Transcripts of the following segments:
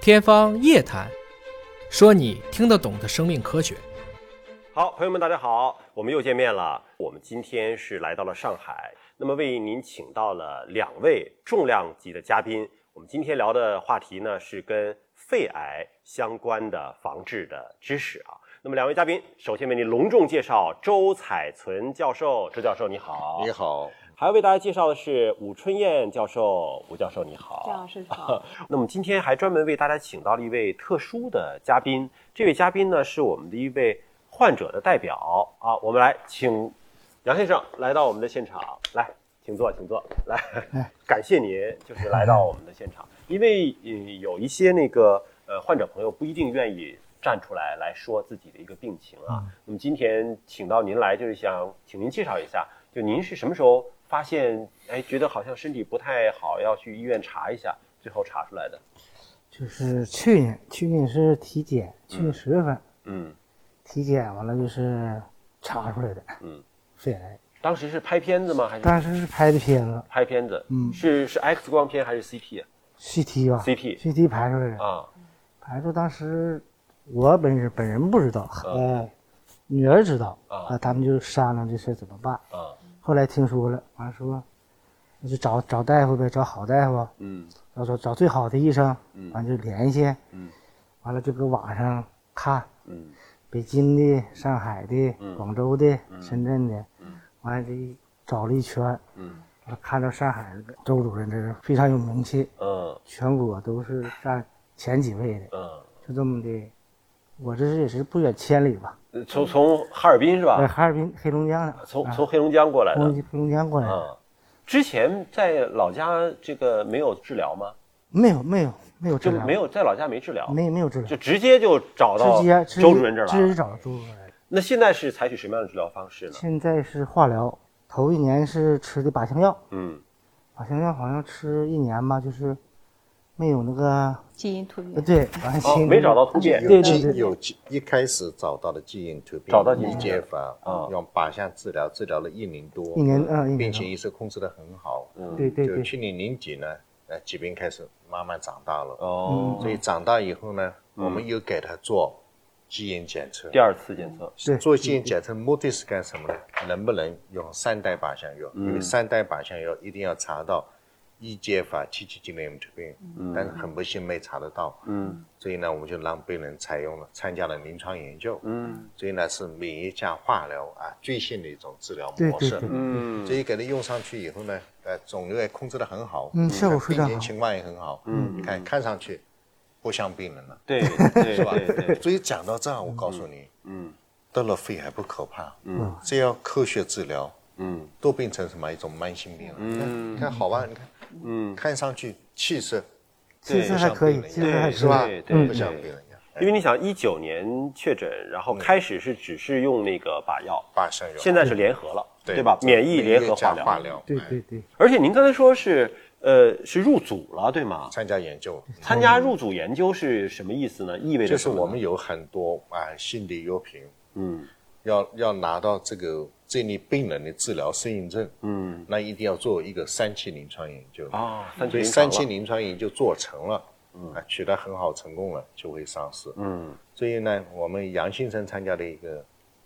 天方夜谭，说你听得懂的生命科学。好，朋友们，大家好，我们又见面了。我们今天是来到了上海，那么为您请到了两位重量级的嘉宾。我们今天聊的话题呢是跟肺癌相关的防治的知识啊。那么两位嘉宾，首先为您隆重介绍周彩存教授，周教授你好，你好，还要为大家介绍的是吴春燕教授，吴教授你好，郑老师好。那么今天还专门为大家请到了一位特殊的嘉宾，这位嘉宾呢是我们的一位患者的代表啊，我们来请杨先生来到我们的现场，来，请坐，请坐，来，感谢您就是来到我们的现场，因为呃有一些那个呃患者朋友不一定愿意。站出来来说自己的一个病情啊，那么今天请到您来，就是想请您介绍一下，就您是什么时候发现，哎，觉得好像身体不太好，要去医院查一下，最后查出来的？就是去年，去年是体检，去年十月份、嗯，体检完了就是查出来的，嗯，肺癌。当时是拍片子吗？还是当时是拍的片子拍片子？嗯是是 X 光片还是 CT 啊 CT 吧 CT CT 排出来的，啊？排出当时我本人本人不知道，呃，女儿知道啊他们就商量这事怎么办。啊，后来听说了，完了说那就找找大夫呗，找好大夫，嗯找找找最好的医生嗯，完就联系，嗯完了就搁网上看，嗯北京的、上海的嗯、广州的、深圳的嗯，完了这一找了一圈，嗯我看到上海周主任这是非常有名气，嗯全国都是占前几位的，嗯就这么的。我这是也是不远千里吧，呃，从从哈尔滨是在吧？哈尔滨、黑龙江的，啊从啊从黑龙江过来从的黑龙江过来的，啊。之前在老家这个没有治疗吗？没有没有没有治就疗，没有在老家没治疗，没没有治疗就，直接就找到直接直接周主任这儿直接了。啊找周主任来了。那现在是采取什么样的治疗方式呢？现在是化疗，头一年是吃的靶向药，嗯靶向药好像吃一年吧，就是没有那个 基因突呃变， 对，完哦心里没找到突变对有对基对，有基一开始找到了基因突变，找到基因一解法啊用靶向治疗，治疗了一年多，一年嗯一年并且多医生控制的很好。嗯对对就对，去年年底呢，呃，疾病开始慢慢长大了，哦，嗯所以长大以后呢，嗯我们又给他做基因检测第。二次检测，对做基因检测目的是干什么呢？能不能用三代靶向药？嗯因为三代靶向药一定要查到 EGFR 77突变，但是很不幸没查得到。嗯所以呢，我们就让病人采用了参加了临床研究，嗯所以呢是免疫加化疗啊最新的一种治疗对模对式。对嗯所以给他用上去以后呢，呃，肿瘤也控制的很好，嗯效果非病常情好情况也很好，嗯，看看上去不像病人了， 对对是吧对对，？所以讲到这儿，我告诉你，嗯得了肺癌不可怕，嗯，只要科学治疗，嗯都变成什么一种慢性病了。你看，你看好吧，你看，嗯，看上去气色其不实还像可以病，人其一实对还样，可以是吧？对对不像病人一样，因为你想，一九年确诊，然嗯后开始是只是用那个靶药，八上有，现在是联合了，对对吧？免疫联合加化疗，化疗，对哎对对，而且您刚才说是呃是入组了，对吗？参加研究，嗯参加入组研究是什么意思呢？意味着就是什么呢我们有很多啊心理药品，嗯要要拿到这个这类病人的治疗适应症，嗯那一定要做一个三期临床研究。啊三期所以临三床期了，临床研究做成了，啊，取得很好成功了，就会上市。嗯所以呢，我们杨先生参加的一个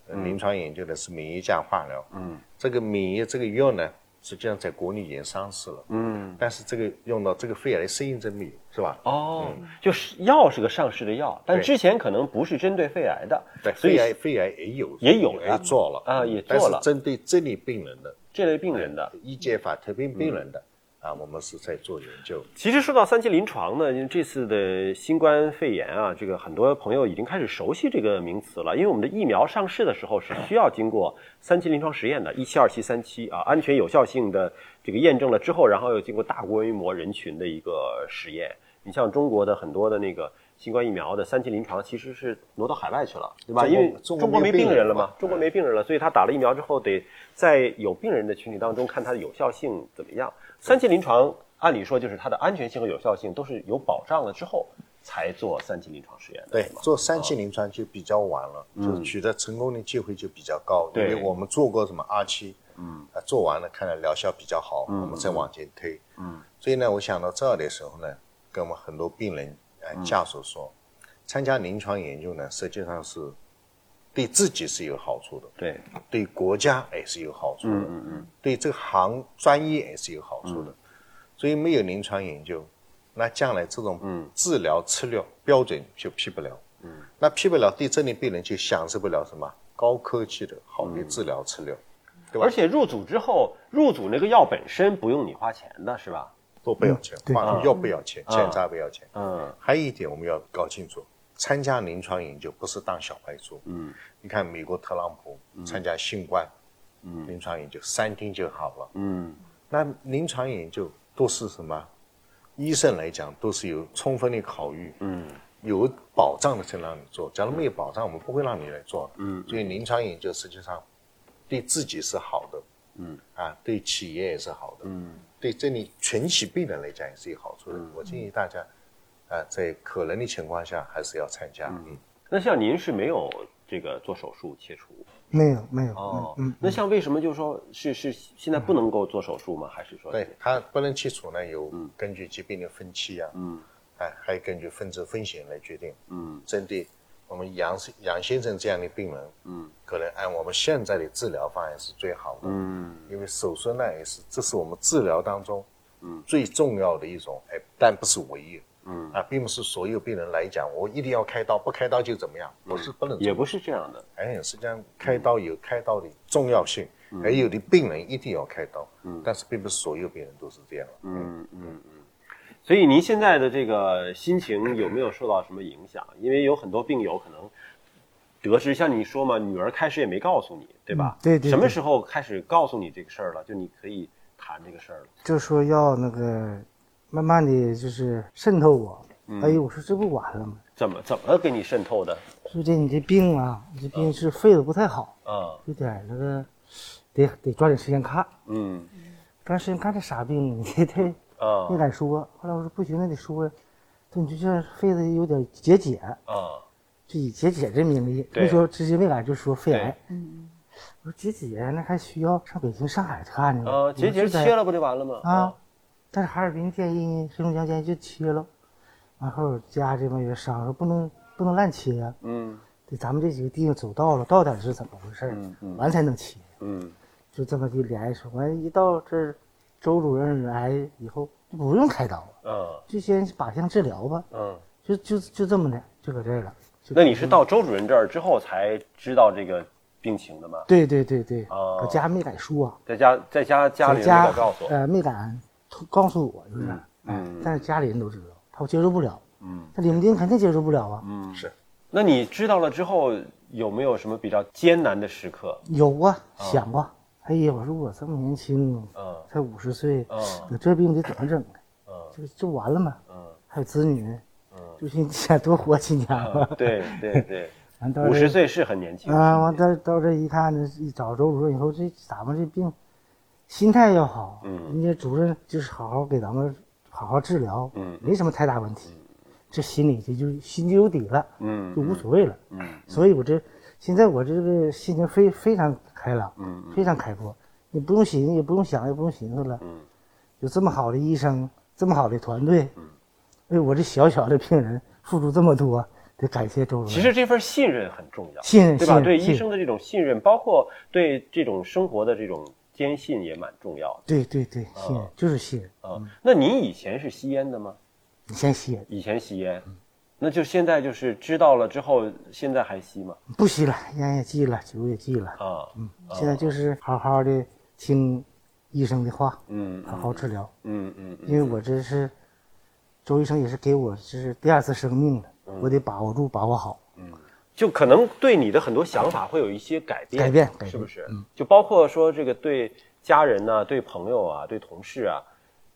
呃临床研究的是免疫加化疗。嗯，这个免疫这个药呢，实际上在国内已经上市了，嗯但是这个用到这个肺癌的适应症没有，是吧？哦，就是药是个上市的药，但对之前可能不是针对肺癌的，对，所以肺癌肺癌也有也有也做了嗯啊也做但是了针对这类病人的这类病人的。一介法特病病嗯人的啊，我们是在做研究。其实说到三期临床呢，因为这次的新冠肺炎啊，这个很多朋友已经开始熟悉这个名词了。因为我们的疫苗上市的时候是需要经过三期临床实验的，一期、二期、三期啊，安全有效性的这个验证了之后，然后又经过大规模人群的一个实验。你像中国的很多的那个新冠疫苗的三期临床，其实是挪到海外去了，对吧？中因国为中国中国没没有病病人人了嘛嘛，中国没病人了，所以他打了疫苗之后，得在有病人的群体当中看它的有效性怎么样。三期临床按理说就是它的安全性和有效性都是有保障了之后才做三期临床实验的，对是吗，做三期临床就比较晚了，就取得成功的机会就比较高，因嗯为对我们做过什么二期，嗯，啊，做完了看来疗效比较嗯好，我们再往前推，嗯，所以呢，我想到这儿的时候呢，跟我们很多病人啊哎，家属说，参加临床研究呢，实际上是对自己是有好处的，对，对国家也是有好处的，嗯嗯，对这个行专业也是有好处的。所以没有临床研究，那将来这种治疗策略标准就批不了，嗯，那批不了，对这类病人就享受不了什么高科技的好的治疗策略，对吧而且入组之后，入组那个药本身不用你花钱的是吧？都不要钱，对化疗药不要钱，检查不要钱。嗯还有一点我们要搞清楚，参加临床研究不是当小白猪。嗯，你看美国特朗普参加新冠，嗯，临床研究三天就好了。嗯那临床研究都是什么？医生来讲都是有充分的考虑，嗯，有保障的才让你做。假如没有保障，我们不会让你来做的。嗯，所以临床研究实际上对自己是好的，嗯，啊，对企业也是好的，嗯，对这里全体病人来讲也是有好处的。我建议大家，啊，在可能的情况下还是要参加。嗯，那像您是没有这个做手术切除没有没有，嗯哦，那像为什么就是说是是现在不能够做手术吗？还是说对，它不能切除呢，有根据疾病的分期啊，嗯，哎，还有根据分子风险来决定。嗯针对我们杨杨先生这样的病人，嗯，可能按我们现在的治疗方案是最好的，嗯因为手术呢也是这是我们治疗当中，嗯，最重要的一种，哎，但不是唯一，嗯啊，并不是所有病人来讲我一定要开刀，不开刀就怎么样，我是不能做也不是这样的，哎，实际上开刀有开刀的重要性，还有的病人一定要开刀，嗯，但是并不是所有病人都是这样的，嗯嗯嗯。所以您现在的这个心情有没有受到什么影响？因为有很多病友可能得知，像你说嘛，女儿开始也没告诉你，对吧？嗯对对对什么时候开始告诉你这个事儿了？就你可以谈这个事儿了。就说要那个慢慢的就是渗透我。嗯哎呦，我说这不完了吗？怎么怎么给你渗透的？说这你这病啊，你这病是肺的不太好，啊，有点儿那个，得得抓紧时间看，嗯，抓紧时间看这啥病，你得得啊 没敢说。后来我说不行，那得说呀。说你就像肺子有点结节，啊，就以结节这名义，对没说直接没敢就说肺癌对。嗯，我说结节那还需要上北京、上海看呢。啊，结节我说在切了不哦就完了吗？啊，但是哈尔滨建议黑龙江建议就切了，完后家这边也商量不能不能乱切呀、嗯得咱们这几个地方走到了，到底是怎么回事儿，完才能切。嗯就这么地联系，完一到这儿周主任来以后就不用开刀啊了，就先靶向治疗吧，嗯。就就就这么的，就搁这儿了。就那你是到周主任这儿之后才知道这个病情的吗？对对对对，哦搁家没敢说、在家在家家里在人没家敢告诉我。呃没敢告诉我，就是，嗯哎但是家里人都知道，他接受不了，嗯，那领兵肯定接受不了啊，嗯哎是那你知道了之后，有没有什么比较艰难的时刻？有啊，想啊，哎呀，我说我这么年轻，啊嗯才五十岁，嗯得这病得怎么整啊？嗯这这完了吗？ 嗯还有子女，就是你想 多活几年吧。嗯，对对 对，完到这五十岁是很年轻。啊，完到到这一看，这一找周主任以后，这咱们这病，心态要好，嗯，人家主任就是好好给咱们好好治疗，嗯，没什么太大问题，这心里这就心就有底了，嗯就无所谓了，嗯，所以我这现在我这个心情非非常开朗，嗯，非常开阔，你不用寻思，也不用想，也不用寻思了，嗯，有这么好的医生，这么好的团队，嗯，为我这小小的病人付出这么多，得感谢周主任。其实这份信任很重要，信任对吧？信任对信任医生的这种信任，包括对这种生活的这种坚信也蛮重要对对对，信任就是信任。的啊。那您以前是吸烟的吗？你先吸烟，以前吸烟，嗯那就现在就是知道了之后，现在还吸吗？不吸了，烟也戒了，酒也戒了，嗯啊，现在就是好好的听医生的话，嗯好好治疗。嗯嗯嗯因为我这是周医生也是给我这是第二次生命了，嗯我得把握住，把握好。就可能对你的很多想法会有一些改变，改变改变嗯是不是？就包括说这个对家人呐、对朋友啊、对同事啊，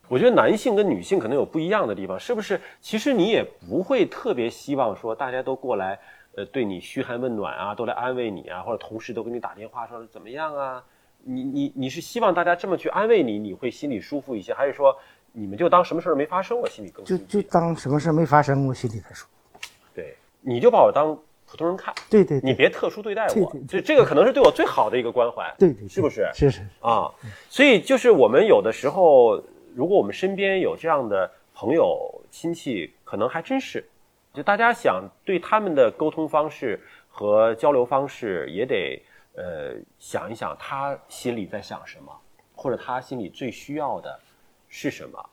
我觉得男性跟女性可能有不一样的地方，是不是？其实你也不会特别希望说大家都过来，呃，对你嘘寒问暖啊，都来安慰你啊，或者同事都给你打电话说怎么样啊？你你你是希望大家这么去安慰你，你会心里舒服一些，还是说你们就当什么事儿没发生，我心里更舒就服？就当什么事没发生，我心里才舒服。对，你就把我当普通人看。对对你对，别特殊对待对我对，这这个可能是对我最好的一个关怀，对对，是不是？是是，啊，所以就是我们有的时候，如果我们身边有这样的朋友亲戚，可能还真是就大家想对他们的沟通方式和交流方式，也得呃想一想他心里在想什么，或者他心里最需要的是什么。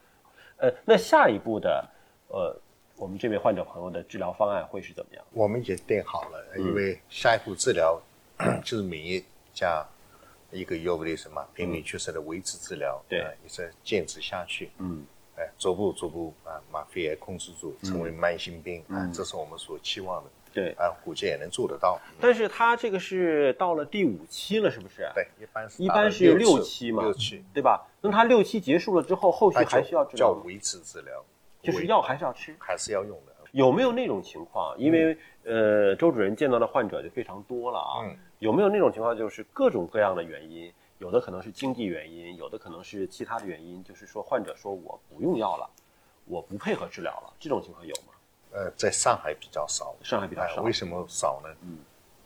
呃，那下一步的呃，我们这位患者朋友的治疗方案会是怎么样？我们已经定好了，嗯因为下一步治疗 就是免疫加一个 u v 什么平民缺失的维持治疗，对呃一直坚持下去，嗯，哎，逐步逐步啊，把肺炎控制住，成为慢性病，啊，嗯这是我们所期望的，对。啊，估计也能做得到。但是他这个是到了第五期了，是不是？对，一般是一打了般是有六六期嘛六期，对吧？那他六期结束了之后，后续它还就需要治叫疗吗，维持治疗，就是维药还是要吃。还是要用的。有没有那种情况？因为呃，周主任见到的患者就非常多了啊。嗯有没有那种情况，就是各种各样的原因，有的可能是经济原因，有的可能是其他的原因，就是说患者说我不用药了，我不配合治疗了，这种情况有吗？呃，在上海比较少，上海比较哎少为什么少呢？嗯，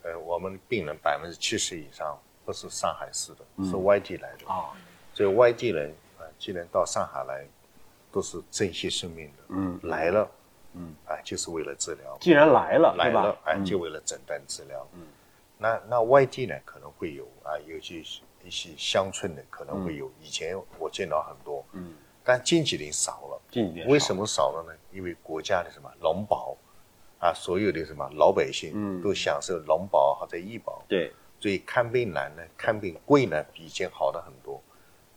呃，我们病人百分之七十以上不是上海市的，是外地来的，嗯啊，所以外地人啊，呃既然到上海来，都是珍惜生命的，嗯来了，嗯，啊，就是为了治疗，既然来了，来对吧了，哎，嗯就为了诊断治疗，嗯，那那外地呢，可能会有啊，尤其是一些乡村的可能会有，以前我见到很多，嗯，但近几年少了。近几年为什么？么少了呢？因为国家的什么农保啊，所有的什么老百嗯姓都享受农保或者医保，对，所以看病难呢，看病贵呢，比以前好了很多。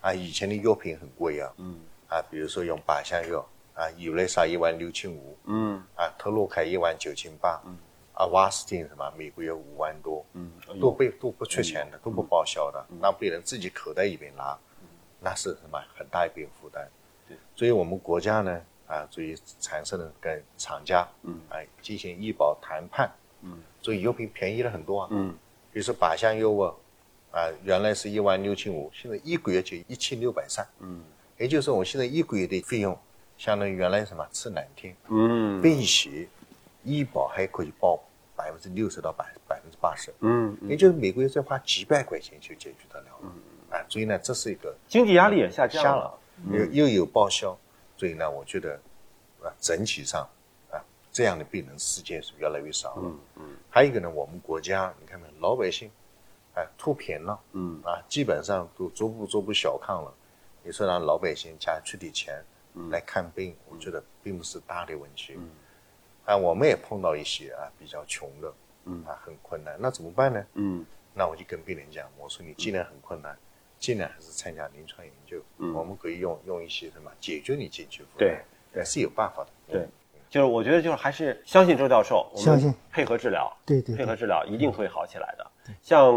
啊，以前的药品很贵啊，嗯啊，比如说用靶向药啊，有雷沙一万六千五，嗯啊，特洛凯一万九千八，啊，瓦斯汀什么每个月五万多，嗯，哎呦都被都不缺钱的，都不报销的，让病人自己口袋里面拿，那是什么很大一笔负担嗯对。所以我们国家呢，啊，所以产生了跟厂家，嗯哎，进行医保谈判，嗯，所以药品便宜了很多啊，嗯，比如说靶向药啊，啊，原来是一万六千五，现在一个月就一千六百三，嗯，也就是说我现在一个月的费用，相当于原来什么吃两天，嗯并且医保还可以报百分之六十到百百分之八十，嗯，也就是每个月再花几百块钱就解决得了了。啊，所以呢，这是一个经济压力也下降下了，嗯又又有报销，所以呢，我觉得啊，整体上啊，这样的病人事件是越来越少了。嗯嗯还有一个呢，我们国家你看没有，老百姓啊脱贫了嗯啊，基本上都逐步逐步小康了。你说让老百姓家出点钱嗯来看病，我觉得并不是大的问题。啊，我们也碰到一些啊比较穷的，啊很困难，那怎么办呢？嗯那我就跟病人讲，我说你既然很困难，尽量还是参加临床研究，嗯我们可以用用一些什么解决你经济负担，对，是有办法的。对，就是我觉得就是还是相信周教授，我们相信配合治疗，对对嗯配合对，治疗一定会好起来的。像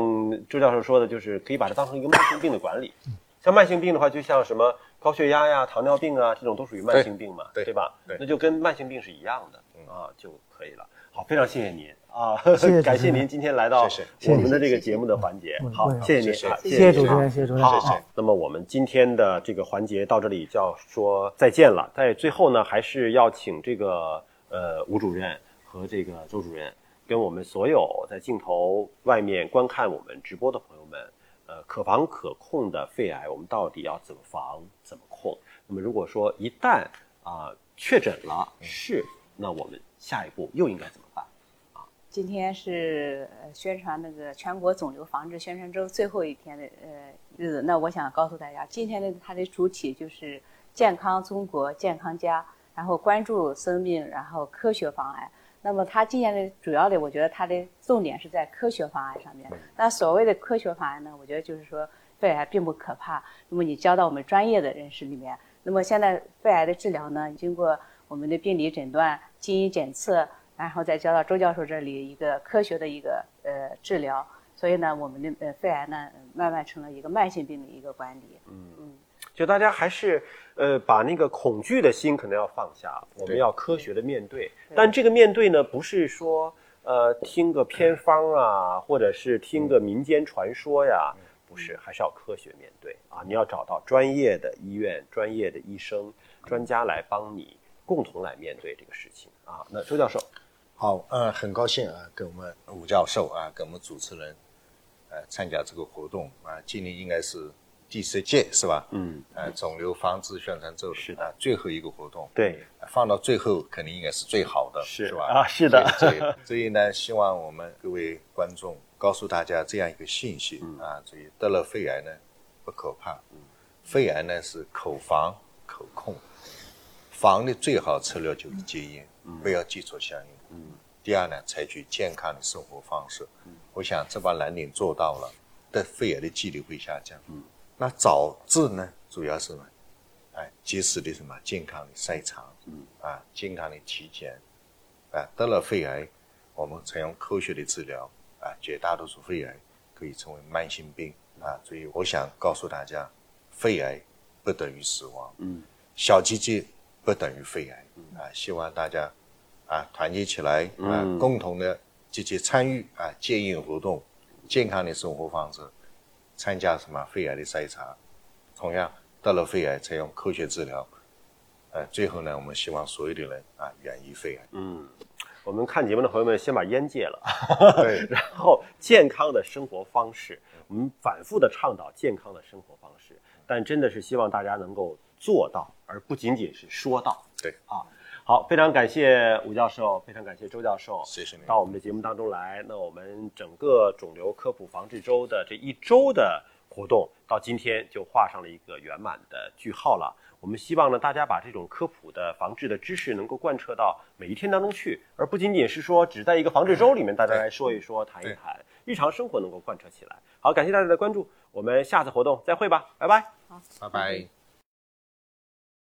周教授说的，就是可以把它当成一个慢性病的管理。嗯像慢性病的话，就像什么高血压呀、糖尿病啊，这种都属于慢性病嘛，对对吧？对嗯那就跟慢性病是一样的啊就可以了。好，非常谢谢您啊，谢谢主持人 感谢您今天来到谢谢我们的这个节目的环节嗯。好，嗯谢谢谢您，啊谢您谢主持人，谢谢主持人好。好好，那么我们今天的这个环节到这里就要说再见了。在最后呢，还是要请这个呃吴主任和这个周主任跟我们所有在镜头外面观看我们直播的朋友们，呃，可防可控的肺癌，我们到底要怎么防、怎么控？那么如果说一旦啊、确诊了是，那我们下一步又应该怎么办？今天是呃宣传那个全国肿瘤防治宣传周最后一天的呃日子，那我想告诉大家，今天的它的主体就是健康中国、健康家，然后关注生命，然后科学防癌。那么它今年的主要的，我觉得它的重点是在科学防癌上面。那所谓的科学防癌呢，我觉得就是说肺癌并不可怕，那么你交到我们专业的人士里面。那么现在肺癌的治疗呢，经过我们的病理诊断、基因检测，然后再交到周教授这里一个科学的一个呃治疗。所以呢，我们的呃肺癌呢，慢慢成了一个慢性病的一个管理。就大家还是呃把那个恐惧的心可能要放下，我们要科学的面对。但这个面对呢，不是说呃听个偏方啊，或者是听个民间传说呀，不是，还是要科学面对啊。你要找到专业的医院、专业的医生、专家来帮你共同来面对这个事情啊。那周教授，好，呃，很高兴啊，跟我们吴教授啊，跟我们主持人，呃，参加这个活动啊，今年应该是第十届是吧？嗯，呃，肿瘤防治宣传周是的啊最后一个活动。对，放到最后肯定应该是最好的，是吧？啊是的所以所以所以呢，希望我们各位观众告诉大家这样一个信息、嗯啊，所以得了肺癌呢不可怕，肺癌呢是口防口控，防的最好策略就是戒烟，嗯不要接触香烟。第二呢，采取健康的生活方式。嗯我想这把蓝领做到了，对肺癌的几率会下降。嗯那早治呢，主要是哎，及时的什么健康的筛查，啊，健康的体检，啊，得了肺癌，我们采用科学的治疗，啊，绝大多数肺癌可以成为慢性病，啊，所以我想告诉大家，肺癌不等于死亡，嗯，小鸡鸡不等于肺癌，啊，希望大家啊团结起来，啊，共同的积极参与啊戒烟活动，健康的生活方式，参加什么肺癌的筛查，同样得了肺癌采用科学治疗。呃，最后呢，我们希望所有的人啊远离肺癌。我们看节目的朋友们先把烟戒了，对然后健康的生活方式，我们反复的倡导健康的生活方式，但真的是希望大家能够做到，而不仅仅是说到。对啊，好，非常感谢吴教授，非常感谢周教授，谢谢您到我们的节目当中来。那我们整个肿瘤科普防治周的这一周的活动，到今天就画上了一个圆满的句号了。我们希望呢，大家把这种科普的防治的知识能够贯彻到每一天当中去，而不仅仅是说只在一个防治周里面大家来说一说、谈一谈，日常生活能够贯彻起来。好，感谢大家的关注，我们下次活动再会吧，拜拜。 拜拜。